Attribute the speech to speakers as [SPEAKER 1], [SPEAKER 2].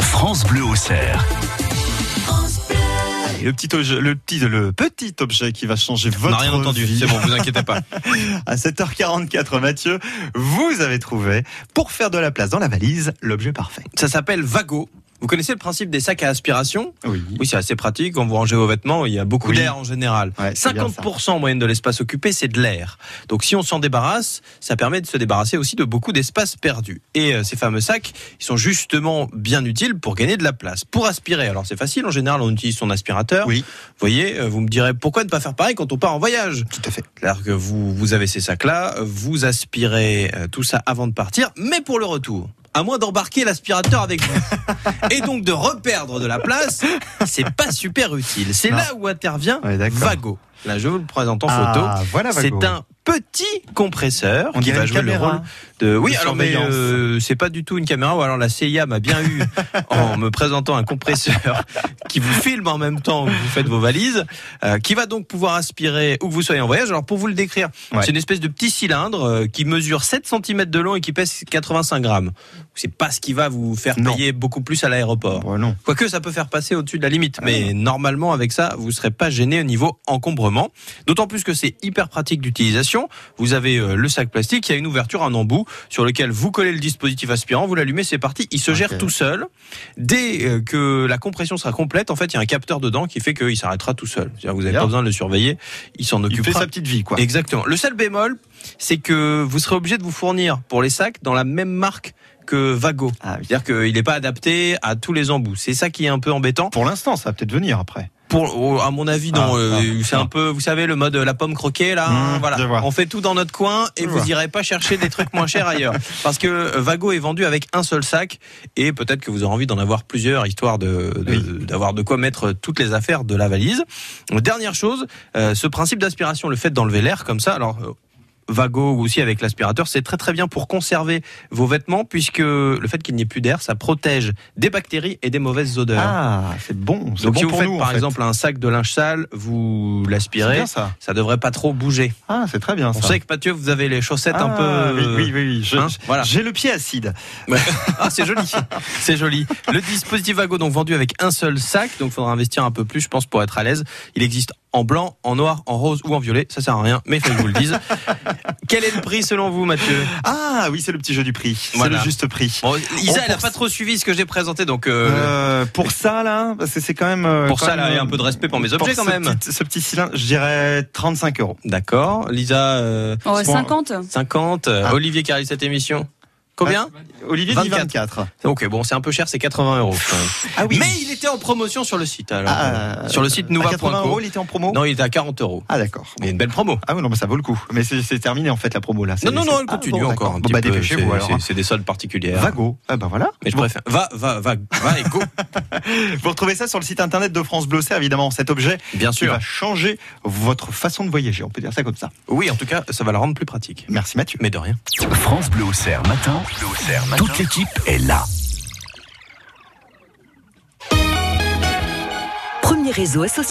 [SPEAKER 1] France Bleu au cerf.
[SPEAKER 2] Et le petit, objet- le petit, le petit objet qui va changer
[SPEAKER 3] On
[SPEAKER 2] votre
[SPEAKER 3] n'a rien entendu,
[SPEAKER 2] vie.
[SPEAKER 3] c'est bon, vous inquiétez pas.
[SPEAKER 2] À 7h44, Mathieu, vous avez trouvé, pour faire de la place dans la valise, l'objet parfait.
[SPEAKER 3] Ça s'appelle Vago. Vous connaissez le principe des sacs à aspiration
[SPEAKER 2] Oui.
[SPEAKER 3] Oui, c'est assez pratique. Quand vous rangez vos vêtements, il y a beaucoup
[SPEAKER 2] Oui.
[SPEAKER 3] d'air en général.
[SPEAKER 2] Ouais, c'est bien
[SPEAKER 3] 50% en moyenne de l'espace occupé, c'est de l'air. Donc si on s'en débarrasse, ça permet de se débarrasser aussi de beaucoup d'espace perdu. Et euh, ces fameux sacs, ils sont justement bien utiles pour gagner de la place. Pour aspirer, alors c'est facile, en général on utilise son aspirateur.
[SPEAKER 2] Oui.
[SPEAKER 3] Vous voyez, euh, vous me direz pourquoi ne pas faire pareil quand on part en voyage
[SPEAKER 2] Tout à fait.
[SPEAKER 3] C'est-à-dire que vous, vous avez ces sacs-là, vous aspirez euh, tout ça avant de partir, mais pour le retour. À moins d'embarquer l'aspirateur avec vous. Et donc de reperdre de la place, c'est pas super utile. C'est
[SPEAKER 2] Non.
[SPEAKER 3] là où intervient
[SPEAKER 2] Ouais, d'accord.
[SPEAKER 3] Vago. Là, je vous le présente en
[SPEAKER 2] Ah, voilà,
[SPEAKER 3] photo. C'est
[SPEAKER 2] Vago.
[SPEAKER 3] un petit compresseur
[SPEAKER 2] On
[SPEAKER 3] qui
[SPEAKER 2] dirait
[SPEAKER 3] va
[SPEAKER 2] une
[SPEAKER 3] jouer
[SPEAKER 2] caméra.
[SPEAKER 3] le rôle de. Oui,
[SPEAKER 2] De
[SPEAKER 3] alors mais
[SPEAKER 2] surveillance.
[SPEAKER 3] euh, c'est pas du tout une caméra. Ou alors la CIA m'a bien eu en me présentant un compresseur qui vous filme en même temps que vous faites vos valises, euh, qui va donc pouvoir aspirer où que vous soyez en voyage. Alors pour vous le décrire,
[SPEAKER 2] Ouais.
[SPEAKER 3] c'est une espèce de petit cylindre euh, qui mesure 7 cm de long et qui pèse 85 grammes. C'est pas ce qui va vous faire
[SPEAKER 2] Non.
[SPEAKER 3] payer beaucoup plus à l'aéroport.
[SPEAKER 2] Bon, Oh, bah non.
[SPEAKER 3] Quoique ça peut faire passer au-dessus de la limite, mais normalement avec ça, vous serez pas gêné au niveau encombrement. D'autant plus que c'est hyper pratique d'utilisation. Vous avez euh, le sac plastique, il y a une ouverture, un embout sur lequel vous collez le dispositif aspirant, vous l'allumez, c'est parti, il se gère
[SPEAKER 2] Ok.
[SPEAKER 3] tout seul. Dès euh, que la compression sera complète, en fait, il y a un capteur dedans qui fait qu'il s'arrêtera tout seul. C'est-à-dire que vous n'avez
[SPEAKER 2] Bien.
[SPEAKER 3] pas besoin de le surveiller, il s'en
[SPEAKER 2] Il fait
[SPEAKER 3] occupera
[SPEAKER 2] sa petite vie, quoi.
[SPEAKER 3] Exactement. Le seul bémol, c'est que vous serez obligé de vous fournir pour les sacs dans la même marque que Vago.
[SPEAKER 2] Ah, oui.
[SPEAKER 3] C'est-à-dire qu'il n'est pas adapté à tous les embouts. C'est ça qui est un peu embêtant.
[SPEAKER 2] Pour l'instant, ça va peut-être venir après.
[SPEAKER 3] Pour, oh, à mon avis, non.
[SPEAKER 2] Ah,
[SPEAKER 3] euh,
[SPEAKER 2] ah,
[SPEAKER 3] c'est
[SPEAKER 2] ah.
[SPEAKER 3] un peu, vous savez, le mode euh, la pomme croquée là.
[SPEAKER 2] Mmh, je vois.
[SPEAKER 3] voilà. On fait tout dans notre coin et
[SPEAKER 2] Je
[SPEAKER 3] vous
[SPEAKER 2] vois.
[SPEAKER 3] irez pas chercher des trucs moins chers ailleurs. Parce que euh, Vago est vendu avec un seul sac et peut-être que vous aurez envie d'en avoir plusieurs histoire de de-
[SPEAKER 2] Oui.
[SPEAKER 3] de- d'avoir de quoi mettre toutes les affaires de la valise. Dernière chose, euh, ce principe d'aspiration, le fait d'enlever l'air comme ça, alors euh, Vago ou aussi avec l'aspirateur, c'est très très bien pour conserver vos vêtements puisque le fait qu'il n'y ait plus d'air, ça protège des bactéries et des mauvaises odeurs.
[SPEAKER 2] Ah, c'est bon. C'est
[SPEAKER 3] Euh, Donc
[SPEAKER 2] bon
[SPEAKER 3] si vous
[SPEAKER 2] pour
[SPEAKER 3] faites
[SPEAKER 2] nous, en
[SPEAKER 3] par
[SPEAKER 2] fait.
[SPEAKER 3] exemple un sac de linge sale, vous
[SPEAKER 2] C'est
[SPEAKER 3] l'aspirez,
[SPEAKER 2] bien ça.
[SPEAKER 3] ça devrait pas trop bouger.
[SPEAKER 2] Ah, c'est très bien
[SPEAKER 3] On
[SPEAKER 2] ça.
[SPEAKER 3] sait que Mathieu, vous avez les chaussettes un
[SPEAKER 2] Ah,
[SPEAKER 3] peu.
[SPEAKER 2] Oui, oui, oui. oui. Je-
[SPEAKER 3] hein, voilà.
[SPEAKER 2] J'ai le pied acide.
[SPEAKER 3] Ah, c'est joli, c'est joli. Le dispositif Vago donc vendu avec un seul sac, donc faudra investir un peu plus, je pense, pour être à l'aise. Il existe en blanc, en noir, en rose ou en violet. Ça sert à rien, mais il faut que je vous le dise. Quel est le prix selon vous, Mathieu
[SPEAKER 2] Ah, oui, c'est le petit jeu du prix. C'est
[SPEAKER 3] Voilà.
[SPEAKER 2] le juste prix.
[SPEAKER 3] Bon,
[SPEAKER 2] On
[SPEAKER 3] Isa, elle n'a
[SPEAKER 2] pense-
[SPEAKER 3] pas trop suivi ce que j'ai présenté, donc euh,
[SPEAKER 2] Euh, pour ça, là, parce que c'est quand même. euh,
[SPEAKER 3] Pour
[SPEAKER 2] quand
[SPEAKER 3] ça,
[SPEAKER 2] même,
[SPEAKER 3] là, il y a
[SPEAKER 2] euh,
[SPEAKER 3] un peu de respect pour mes objets, quand
[SPEAKER 2] ce
[SPEAKER 3] même.
[SPEAKER 2] petit- ce petit cylindre, je dirais 35 euros.
[SPEAKER 3] d'accord. Lisa, euh,
[SPEAKER 4] Oh,
[SPEAKER 2] Bon.
[SPEAKER 4] 50
[SPEAKER 3] 50. euh,
[SPEAKER 2] Ah.
[SPEAKER 3] Olivier qui arrive cette émission. Combien
[SPEAKER 2] Olivier dit 24.
[SPEAKER 3] Ok, bon, c'est un peu cher, c'est 80 euros. quand même.
[SPEAKER 2] Ah oui.
[SPEAKER 3] Mais il était en promotion sur le site, alors.
[SPEAKER 2] Ah,
[SPEAKER 3] euh, sur le site
[SPEAKER 2] À 80 euros,
[SPEAKER 3] nova.co.
[SPEAKER 2] il était en promo
[SPEAKER 3] Non, il était à 40 euros.
[SPEAKER 2] Ah d'accord.
[SPEAKER 3] Mais une belle promo.
[SPEAKER 2] Ah oui, non, mais ça vaut le coup. Mais c'est c'est terminé en fait la promo là. C'est-
[SPEAKER 3] Non, non,
[SPEAKER 2] c'est-
[SPEAKER 3] non, elle
[SPEAKER 2] Ah,
[SPEAKER 3] continue
[SPEAKER 2] bon,
[SPEAKER 3] encore.
[SPEAKER 2] d'accord.
[SPEAKER 3] Un
[SPEAKER 2] Bon,
[SPEAKER 3] petit
[SPEAKER 2] bah
[SPEAKER 3] peu.
[SPEAKER 2] dépêchez-vous
[SPEAKER 3] C'est-
[SPEAKER 2] alors.
[SPEAKER 3] c'est- C'est des soldes particulières.
[SPEAKER 2] Vago. Ah bah voilà.
[SPEAKER 3] Mais je
[SPEAKER 2] Bon,
[SPEAKER 3] préfère. Va, va, va, va et go.
[SPEAKER 2] Vous retrouvez ça sur le site internet de France Bleu Cerf, évidemment. Cet objet
[SPEAKER 3] Bien
[SPEAKER 2] qui
[SPEAKER 3] sûr.
[SPEAKER 2] va changer votre façon de voyager. On peut dire ça comme ça.
[SPEAKER 3] Oui, en tout cas, ça va la rendre plus pratique.
[SPEAKER 2] Merci Mathieu.
[SPEAKER 3] Mais de rien.
[SPEAKER 1] France Bleu au cerf matin. Toute l'équipe est là.
[SPEAKER 5] Premier réseau associatif.